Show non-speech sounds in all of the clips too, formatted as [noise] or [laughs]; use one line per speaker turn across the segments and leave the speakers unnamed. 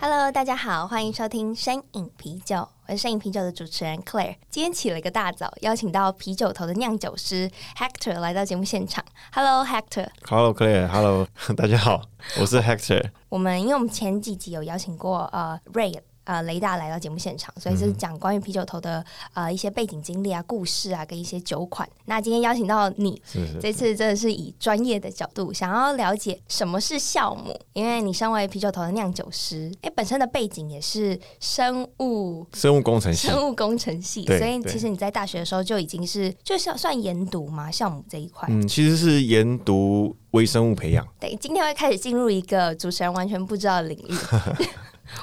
Hello，大家好，欢迎收听深饮啤酒，我是深饮啤酒的主持人 Claire。今天起了一个大早，邀请到啤酒头的酿酒师 Hector 来到节目现场。Hello，Hector。
Hello [laughs] Claire，Hello，大家好，我是 Hector。
我们因为我们前几集有邀请过呃 Ray 呃雷达来到节目现场，所以
嗯
是讲关于啤酒头的呃一些背景经历啊、故事啊跟一些酒款。那今天邀请到你，
是是，
这次真的是以专业的角度，想要了解什么是酵母，因为你身为啤酒头的酿酒师，哎，本身的背景也是生物。
生物工程系，
生物工程系，
对
所以
对
其实你在大学的时候就已经是就是算研读嘛，酵母这一块。
嗯，其实是研读微生物培养，
对，今天会开始进入一个主持人完全不知道的领
[laughs]
域。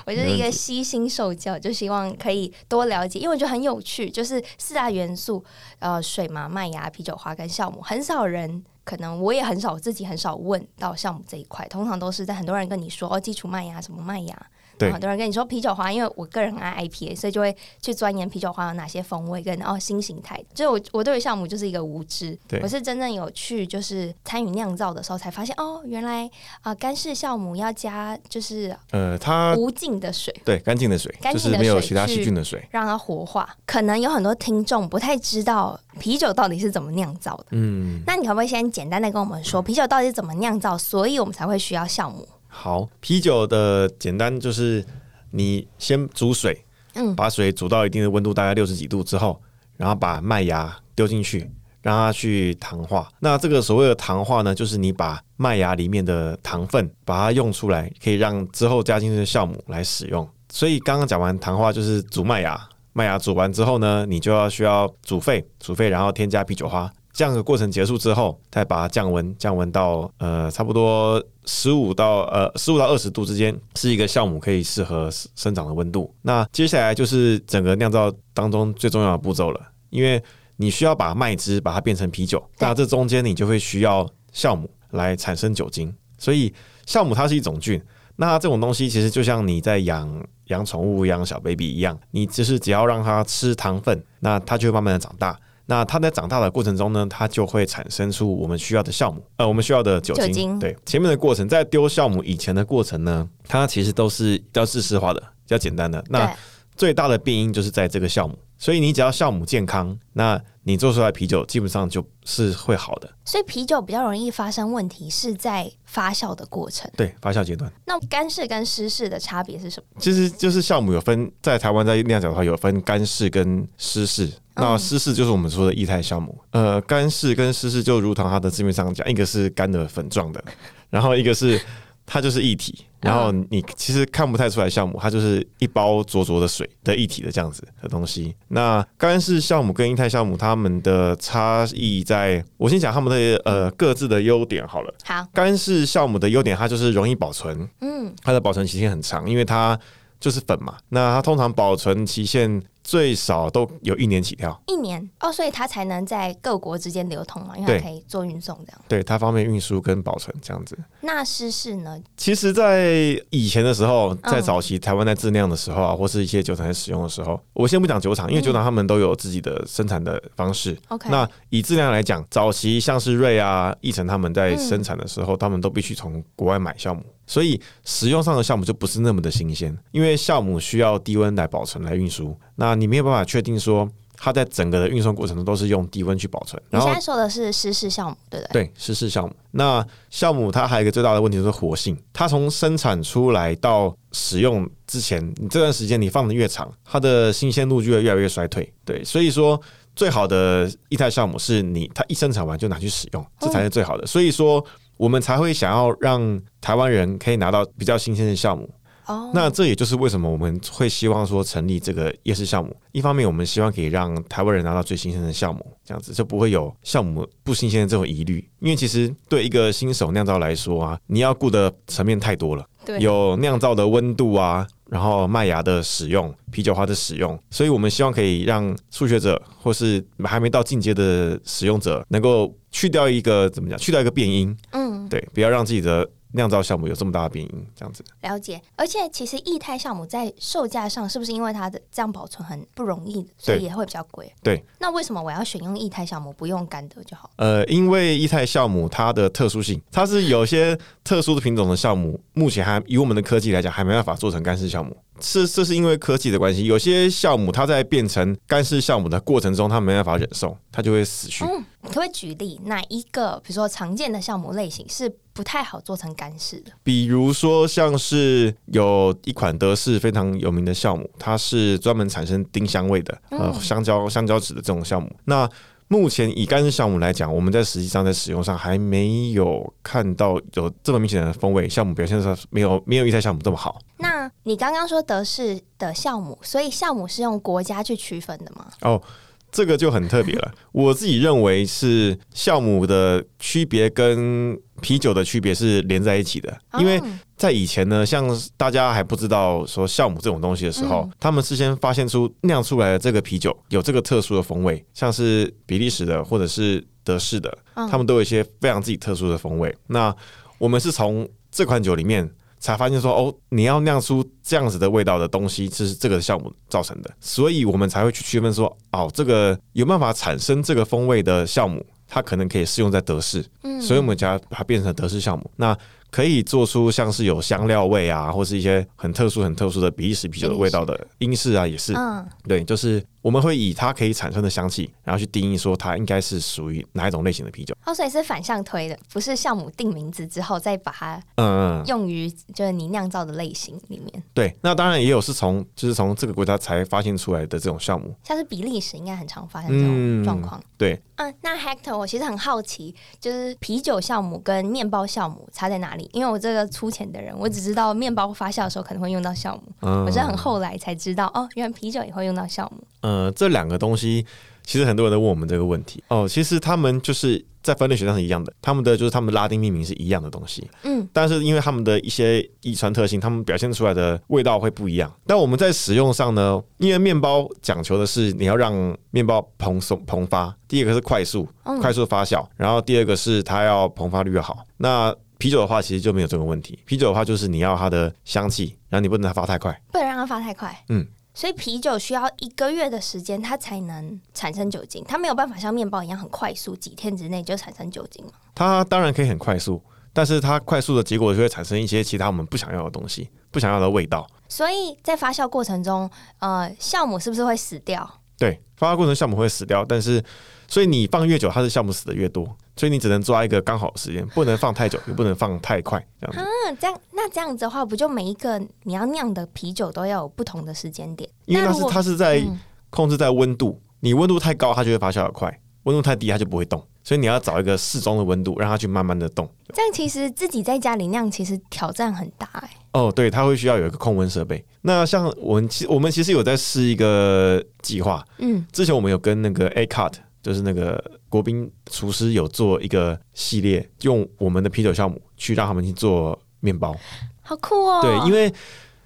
我就是一
没
个
问
悉心受教，就希望可以多了解，因为我觉得很有趣，就是四大元素，呃，水嘛、麦芽、啤酒花跟酵母，很少人，可能我也很少，我自己很少问到酵母这一块，通常都是在很多人跟你说哦，基础麦芽什么麦芽，
对
然后很多人跟你说啤酒花，因为我个人很爱 IPA，所以就会去钻研啤酒花有哪些风味跟哦新形态。就我我对于酵母就是一个无知
对，
我是真正有去就是参与酿造的时候才发现哦，原来啊、呃干式酵母要加就是
呃，它
无尽的水。
对干净的水，
哦干
就
净
是
的
没有
水
其他
去
细菌的水。
让它活化，可能有很多听众不太知道啤酒到底是怎么酿造的。
嗯，
那你可不可以先简单的跟我们说啤酒到底是怎么酿造，所以我们才会需要酵母？
好，啤酒的简单就是你先煮水，
嗯
把水煮到一定的温度，大概六十几度之后，然后把麦芽丢进去，让它去糖化。那这个所谓的糖化呢，就是你把麦芽里面的糖分把它用出来，可以让之后加进去的酵母来使用。所以刚刚讲完糖化就是煮麦芽，麦芽煮完之后呢，你就要需要煮沸，煮沸然后添加啤酒花。这样的过程结束之后，再把它降温，降温到呃差不多十五到呃十五到二十度之间，是一个酵母可以适合生长的温度。那接下来就是整个酿造当中最重要的步骤了，因为你需要把麦汁把它变成啤酒，
对
那这中间你就会需要酵母来产生酒精，所以酵母它是一种菌。那这种东西其实就像你在养养宠物、养小 baby 一样，你只是只要让它吃糖分，那它就会慢慢的长大。那它在长大的过程中呢，它就会产生出我们需要的酵母，呃，我们需要的酒精。
酒精
对，前面的过程在丢酵母以前的过程呢，它其实都是比较知识化的、比较简单的。那
对，
最大的变因就是在这个酵母，所以你只要酵母健康，那你做出来的啤酒基本上就是会好的。
所以啤酒比较容易发生问题是在发酵的过程。
对，发酵阶段。
那干式跟湿式的差别是什么？
其实就是酵母有分，在台湾在酿酒的话有分干式跟湿式。那湿式就是我们说的液态酵母，呃，干式跟湿式就如同它的字面上讲，一个是干的粉状的，然后一个是它就是液体，然后你其实看不太出来酵母，它就是一包浊浊的水的液体的这样子的东西。那干式酵母跟液态酵母它们的差异在，我先讲它们的呃各自的优点好了。
好，
干式酵母的优点，它就是容易保存，
嗯，
它的保存期限很长，因为它就是粉嘛。那它通常保存期限最少都有一年起跳，
一年哦，所以它才能在各国之间流通嘛，因为
对
它可以做运送这样。
对它方便运输跟保存这样子。
那湿式呢？
其实，在以前的时候，
嗯
在早期台湾在自酿的时候啊，或是一些酒厂在使用的时候，我先不讲酒厂，因为酒厂他们都有自己的生产的方式。
OK
那以质量来讲，早期像是瑞啊、益成他们在生产的时候，他们都必须从国外买酵母，所以使用上的酵母就不是那么的新鲜，因为酵母需要低温来保存、来运输，那你没有办法确定说它在整个的运送过程中都是用低温去保存。
你
然后
现在说的是湿式酵母，对不对？
对，湿式酵母。那酵母它还有一个最大的问题就是活性，它从生产出来到使用之前，你这段时间你放的越长，它的新鲜度就会越来越衰退。对，所以说最好的液态酵母是你它一生产完就拿去使用，这才是最好的。所以说我们才会想要让台湾人可以拿到比较新鲜的酵母。
哦，
那这也就是为什么我们会希望说成立这个夜市项目。一方面，我们希望可以让台湾人拿到最新鲜的项目，这样子就不会有项目不新鲜的这种疑虑。因为其实对一个新手酿造来说啊，你要顾的层面太多了。
对
有酿造的温度啊，然后麦芽的使用、啤酒花的使用，所以我们希望可以让初学者或是还没到进阶的使用者，能够去掉一个怎么讲，去掉一个变音，
嗯，
对，不要让自己的酿造项目有这么大的变音，这样子。
了解。而且其实液态酵母在售价上是不是因为它的这样保存很不容易，所以
对
也会比较贵？
对。
那为什么我要选用液态酵母，不用干的就好？
呃，因为液态酵母它的特殊性，它是有些特殊的品种的酵母，目前还以我们的科技来讲，还没办法做成干式酵母。是，这是因为科技的关系，有些酵母它在变成干式酵母的过程中，它没办法忍受，它就会死去。
嗯，你可不可以举例哪一个，比如说常见的酵母类型是不太好做成干式的？
比如说，像是有一款德式非常有名的酵母，它是专门产生丁香味的，呃，香蕉香蕉籽的这种酵母。那目前以干式酵母来讲，我们在实际上在使用上还没有看到有这么明显的风味，酵母表现上没有没有液态酵母这么好。 [laughs]
那你刚刚说德式的酵母，所以酵母是用国家去区分的吗？
哦，这个就很特别了。我自己认为是酵母的区别跟啤酒的区别是连在一起的，因为
嗯
在以前呢，像大家还不知道说酵母这种东西的时候，他们事先发现出酿出来的这个啤酒有这个特殊的风味，像是比利时的或者是德式的，
嗯
他们都有一些非常自己特殊的风味。那我们是从这款酒里面才发现说，哦，你要酿出这样子的味道的东西，这是这个酵母造成的，所以我们才会去区分说，哦，这个有办法产生这个风味的酵母，它可能可以适用在德式，
嗯
所以我们将它变成德式酵母。那可以做出像是有香料味啊，或是一些很特殊、很特殊的比利时啤酒的味道的英式啊，也是
嗯，
对，就是我们会以它可以产生的香气，然后去定义说它应该是属于哪一种类型的啤酒。
哦，所以是反向推的，不是酵母定名字之后再把它
嗯，嗯嗯
用于就是你酿造的类型里面，
对。那当然也有是从就是从这个国家才发现出来的这种酵母。
像是比利时应该很常发生这种
嗯
状况。
对，
嗯，那 Hector，我其实很好奇，就是啤酒酵母跟面包酵母差在哪里？因为我这个粗浅的人，我只知道面包发酵的时候可能会用到酵母，
嗯
我是很后来才知道哦，原来啤酒也会用到酵母。
呃，这两个东西，其实很多人都问我们这个问题哦。其实他们就是在分类学上是一样的，他们的就是他们拉丁命名是一样的东西，
嗯，
但是因为他们的一些遗传特性，他们表现出来的味道会不一样。但我们在使用上呢，因为面包讲求的是你要让面包蓬松蓬发，第一个是快速、
哦嗯
快速发酵，然后第二个是它要膨发率要好。那啤酒的话，其实就没有这个问题。啤酒的话，就是你要它的香气，然后你不能它发太快。
不能让它发太快。
嗯，
所以啤酒需要一个月的时间，它才能产生酒精，它没有办法像面包一样很快速，几天之内就产生酒精嘛。
它当然可以很快速，但是它快速的结果就会产生一些其他我们不想要的东西，不想要的味道。
所以在发酵过程中，呃，酵母是不是会死掉？
对，发酵过程酵母会死掉，但是所以你放越久，它的酵母死的越多，所以你只能抓一个刚好的时间，不能放太久，也不能放太快，这样子。
嗯，这样那这样子的话，不就每一个你要酿的啤酒都要有不同的时间点？
因为
那
它
如
是
果
它是在控制在温度，你温度太高，它就会发酵的快；温度太低，它就不会动。所以你要找一个适中的温度，让它去慢慢的动。
这样其实自己在家里酿，其实挑战很大哎、
哦，对，它会需要有一个控温设备。那像我们其我们其实有在试一个计划，
嗯，
之前我们有跟那个 A Cut，就是那个国宾厨师有做一个系列，用我们的啤酒酵母去让他们去做面包。
好酷哦！
对，因为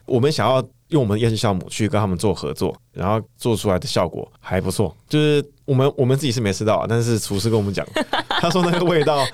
我们想要用我们的夜市酵母去跟他们做合作，然后做出来的效果还不错。就是我们我们自己是没吃到啊，但是厨师跟我们讲，他说那个味道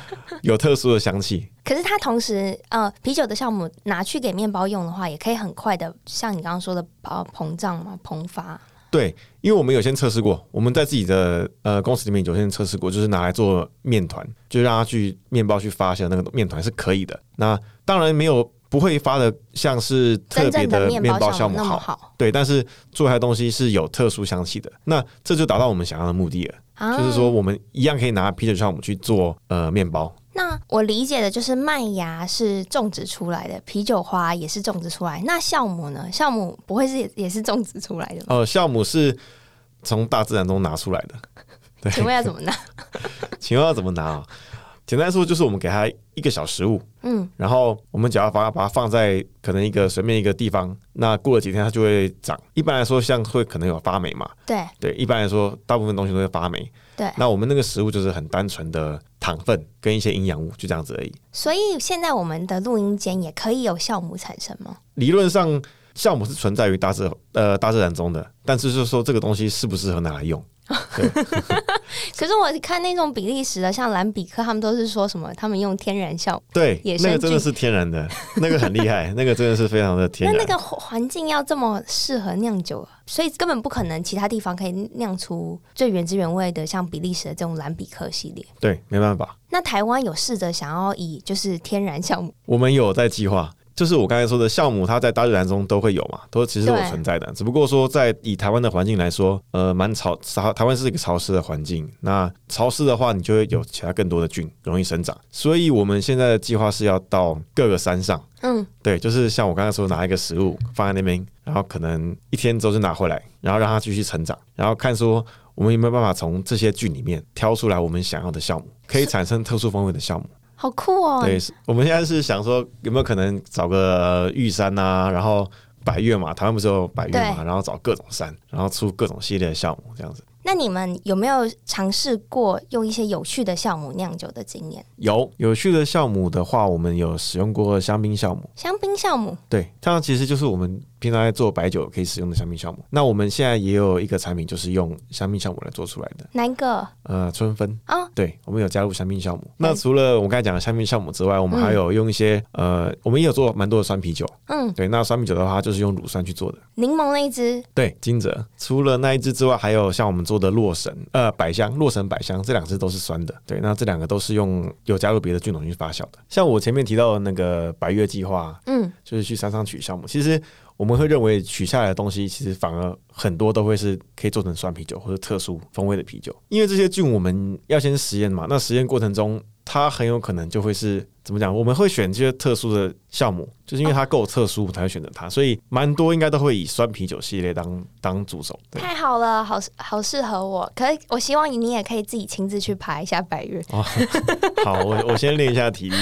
有特殊的香气。
可是它同时呃，啤酒的酵母拿去给面包用的话，也可以很快的，像你刚刚说的呃膨胀嘛，膨发。
对，因为我们有先测试过，我们在自己的呃公司里面有先测试过，就是拿来做面团，就让它去面包去发酵那个面团是可以的。那当然没有不会发的像是特
真
别
正的
的
面
面包酵
酵
母
那么
好，
好
对，但是做出来的东西是有特殊香气的，那这就达到我们想要的目的了，
啊
就是说我们一样可以拿啤酒酵母去做呃面包。
那我理解的就是麦芽是种植出来的，啤酒花也是种植出来。那酵母呢？酵母不会是也也是种植出来的吗？
[laughs] 呃，酵母是从大自然中拿出来的，对，
请问要怎么拿？
[laughs] 请问要怎么拿啊？简单说就是我们给它一个小食物，
嗯，
然后我们只要把它把它放在可能一个随便一个地方，那过了几天它就会长。一般来说，像会可能有发霉嘛，
对
对，一般来说大部分东西都会发霉。
对
那我们那个食物就是很单纯的糖分跟一些营养物，就这样子而已。
所以现在我们的录音间也可以有酵母产生吗？
理论上，酵母是存在于大自呃大自然中的，但是就是说这个东西适不适合拿来用？
可是我看那种比利时的，像兰比克，他们都是说什么，他们用天然酵母。
对
野，生
那个真的
菌
是天然的，那个很厉害，那个真的是非常的天
那
然。
那个环环境要这么适合酿酒啊，所以根本不可能其他地方可以酿出最原汁原味的，像比利时的这种兰比克系列。
对，没办法，
那台湾有试着想要以就是天然酵母，
我们有在计划。就是我刚才说的酵母，它在大自然中都会有嘛，都其实都有
对
存在的。只不过说，在以台湾的环境来说，呃，蛮潮潮，台湾是一个潮湿的环境。那潮湿的话，你就会有其他更多的菌容易生长。所以我们现在的计划是要到各个山上，
嗯，
对，就是像我刚才说，拿一个食物放在那边，然后可能一天之后就拿回来，然后让它继续成长，然后看说我们有没有办法从这些菌里面挑出来我们想要的酵母，可以产生特殊风味的酵母。
好酷哦！
对，是我们现在是想说有没有可能找个玉山啊，然后百越嘛，台湾不是有百越嘛，
对
然后找各种山，然后出各种系列的酵母这样子。
那你们有没有尝试过用一些有趣的酵母酿酒的经验？
有有趣的酵母的话，我们有使用过香槟酵母。
香槟酵母，
对，它其实就是我们平常在做白酒可以使用的香槟酵母。那我们现在也有一个产品，就是用香槟酵母来做出来的，
哪一个？
呃，春分。
哦，
对，我们有加入香槟酵母。
哎
那除了我刚才讲的香槟酵母之外，我们还有用一些、呃，我们也有做蛮多的酸啤酒。
嗯，
对，那酸啤酒的话，它就是用乳酸去做的。
柠檬那一只，
对，金泽除了那一支之外，还有像我们做的洛神、呃百香、洛神百香这两支都是酸的。对，那这两个都是用有加入别的菌种去发酵的。像我前面提到的那个白月计划，
嗯，
就是去山上取酵母。其实我们会认为取下来的东西，其实反而很多都会是可以做成酸啤酒或者特殊风味的啤酒，因为这些菌我们要先实验嘛。那实验过程中，它很有可能就会是怎么讲？我们会选这些特殊的酵母，就是因为它够特殊，我们才会选择它。所以蛮多应该都会以酸啤酒系列当当主轴。对，
太好了，好好适合我。可是我希望你也可以自己亲自去爬一下百越，
好，我我先练一下体力。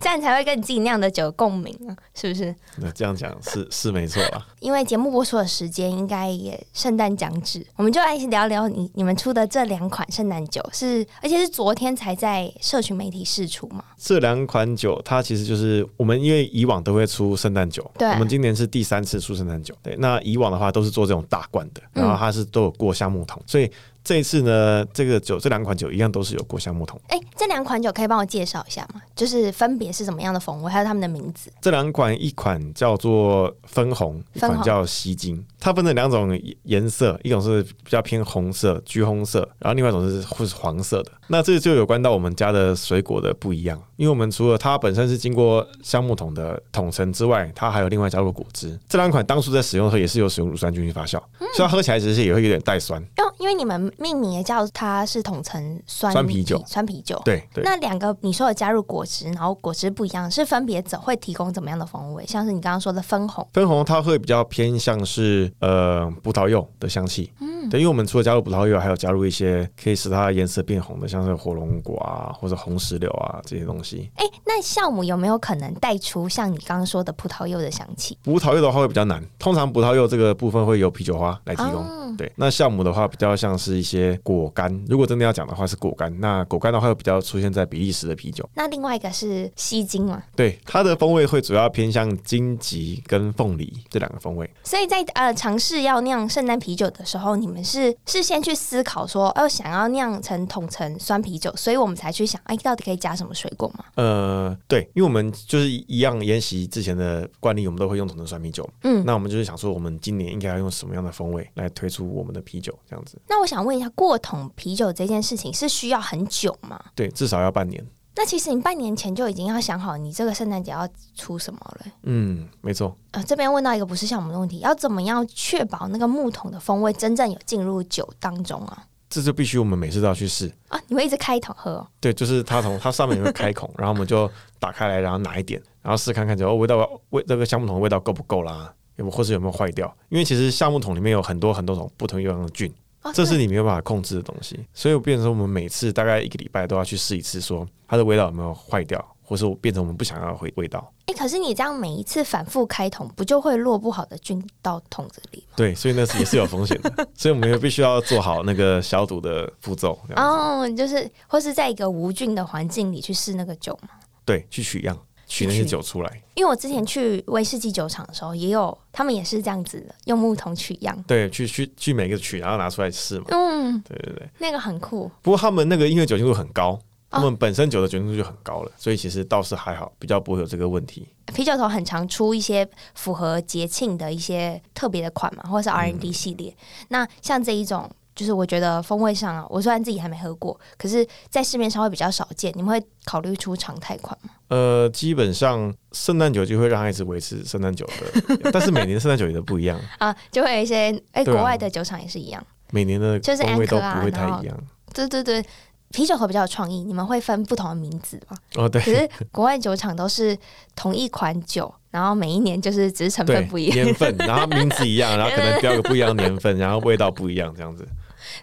这样你才会跟你自己酿的酒有共鸣啊，是不是？
[laughs] 那这样讲是是没错啦。
因为节目播出的时间应该也圣诞将至，我们就来聊聊你你们出的这两款圣诞酒是，而且是昨天才在社群媒体试出嘛。
这两款酒，它其实就是我们因为以往都会出圣诞酒，
对
我们今年是第三次出圣诞酒，对。那以往的话都是做这种大罐的，然后它是都有过橡木桶，所以这一次呢，这个酒这两款酒一样都是有过橡木桶。
哎，这两款酒可以帮我介绍一下吗？就是分别是什么样的风味，还有它们的名字。
这两款，一款叫做分红，一
分红
款叫吸金，它分成两种颜色，一种是比较偏红色、橘红色，然后另外一种是会是黄色的。那这就有关到我们家的水果的不一样，因为我们除了它本身是经过橡木桶的桶层之外，它还有另外加入果汁。这两款当初在使用的时候也是有使用乳酸菌去发酵，
嗯
所以它喝起来其实也会有点带酸。
因为因为你们命名也叫它是统称酸
酸啤酒
酸啤酒。
对对。
那两个你说的加入果汁，然后果汁不一样，是分别怎会提供怎么样的风味？像是你刚刚说的分红，
分红它会比较偏向是呃葡萄柚的香气，嗯，对，因为我们除了加入葡萄柚，还有加入一些可以使它的颜色变红的，像是火龙果啊或者红石榴啊这些东西。
哎，那酵母有没有可能带出像你刚刚说的葡萄柚的香气？
葡萄柚的话会比较难，通常葡萄柚这个部分会由啤酒花来提供。对，那酵母的话比较像是一些果干，如果真的要讲的话是果干，那果干的话会比较出现在比利时的啤酒。
那另外一个是吸精嘛，
对，它的风味会主要偏向荆棘跟凤梨这两个风味。
所以在呃尝试要酿圣诞啤酒的时候，你们是是先去思考说，哦、想要酿成统称酸啤酒，所以我们才去想，哎，到底可以加什么水果吗？
呃，对，因为我们就是一样沿袭之前的惯例，我们都会用同城酸啤酒。
嗯
那我们就是想说，我们今年应该要用什么样的风味来推出我们的啤酒，这样子。
那我想问一下，过桶啤酒这件事情是需要很久吗？
对，至少要半年。
那其实你半年前就已经要想好你这个圣诞节要出什么了。
嗯，没错。
呃，这边问到一个不是项目的问题，要怎么样确保那个木桶的风味真正有进入酒当中啊？
这就必须我们每次都要去试。
啊，你会一直开一桶喝、哦？
对，就是它从它上面有个开孔，然后我们就打开来，然后拿一点，然后试看看，就哦味道味这个橡木桶的味道够不够啦，有没有或是有没有坏掉？因为其实橡木桶里面有很多很多种不同样的菌，
哦
这是
对
你没有办法控制的东西，所以我变成说我们每次大概一个礼拜都要去试一次，说它的味道有没有坏掉，或是变成我们不想要的味味道。
哎、可是你这样每一次反复开桶，不就会落不好的菌到桶子里吗？
对，所以那是也是有风险的，所以我们也必须要做好那个消毒的步骤。这样
哦，就是或是在一个无菌的环境里去试那个酒嘛。
对，去取样，取那些
取
酒出来。
因为我之前去威士忌酒厂的时候，也有他们也是这样子的，用木桶取样。
对，去去去每个取，然后拿出来试嘛。
嗯，
对对对。
那个很酷。
不过他们那个因为酒精度很高，
哦
他们本身酒的酒精度就很高了，所以其实倒是还好，比较不会有这个问题。
啤酒头很常出一些符合节庆的一些特别的款嘛，或者是 R&D 系列。那像这一种，就是我觉得风味上啊，我虽然自己还没喝过，可是在市面上会比较少见。你们会考虑出常态款吗？
呃，基本上圣诞酒就会让它一直维持圣诞酒的，但是每年圣诞酒也都不一样，
啊，就会有一些哎、
对啊
国外的酒厂也是一样。
每年的
就是
风味都
Anchor 啊
不会太
然后
一样。
对对对，啤酒头比较有创意，你们会分不同的名字
[laughs]
吗？
哦，对
可。是国外酒厂都是同一款酒，然后每一年就是只是成
对
分不一，
[laughs]
样。
年份，然后名字一
[laughs]
样，然后可能标个不一样的年份，然后味道不一样，这样子。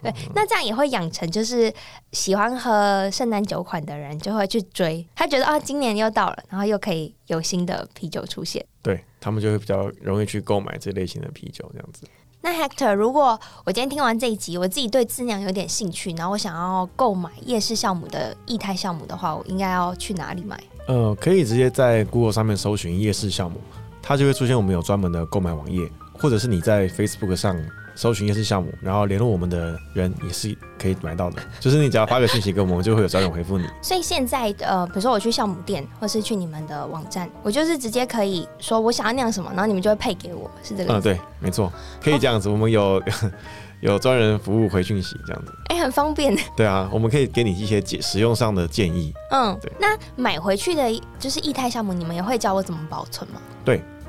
对，那这样也会养成就是喜欢喝圣诞酒款的人就会去追，他觉得啊，今年又到了，然后又可以有新的啤酒出现。
对他们就会比较容易去购买这类型的啤酒，这样子。
那 Hector，如果我今天听完这一集，我自己对自酿有点兴趣，然后我想要购买夜市酵母的液态酵母的话，我应该要去哪里买？
呃，可以直接在 Google 上面搜寻夜市酵母，它就会出现我们有专门的购买网页，或者是你在 Facebook 上搜寻夜市酵母，然后联络我们的人也是可以买到的。 [laughs] 就是你只要发个讯息给我们，我们就会有专人回复你。
所以现在呃，比如说我去酵母店，或是去你们的网站，我就是直接可以说我想要酿什么，然后你们就会配给我，是这个
嗯，
意思？
对，没错，可以这样子。我们有 [laughs] 有专人服务回讯息，这样子。
哎、很方便。 [laughs]
对啊，我们可以给你一些解使用上的建议。
嗯
对，
那买回去的就是液态酵母，你们也会教我怎么保存吗？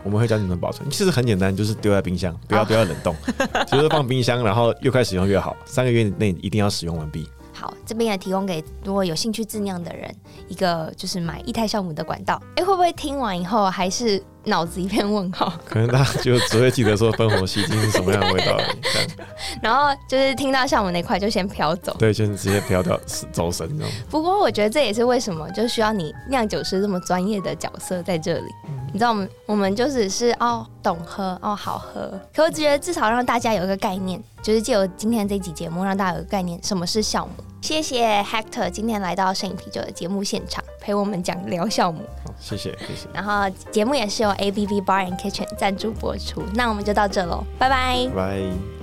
我们会教你们保存，其实很简单，就是丢在冰箱，不要丢在冷冻，就是放冰箱，然后越快使用越好，三个月内一定要使用完毕。
好，这边也提供给如果有兴趣自酿的人一个就是买液态酵母的管道。哎、会不会听完以后还是脑子一片问号？ [laughs]
可能大家就只会记得说分红吸金是什么样的味道而已，这样
然后就是听到酵母那块就先飘走。
对，就是直接飘掉走神这种。
不过我觉得这也是为什么就需要你酿酒师这么专业的角色在这里。你知道我们我们就只是哦懂喝哦好喝，可我觉得至少让大家有一个概念，就是借由今天这集节目让大家有一个概念什么是酵母。谢谢 Hector 今天来到摄影啤酒的节目现场陪我们讲聊酵母，
好谢谢，谢谢，
然后节目也是由 A B V Bar and Kitchen 赞助播出。那我们就到这喽，拜拜。
拜拜。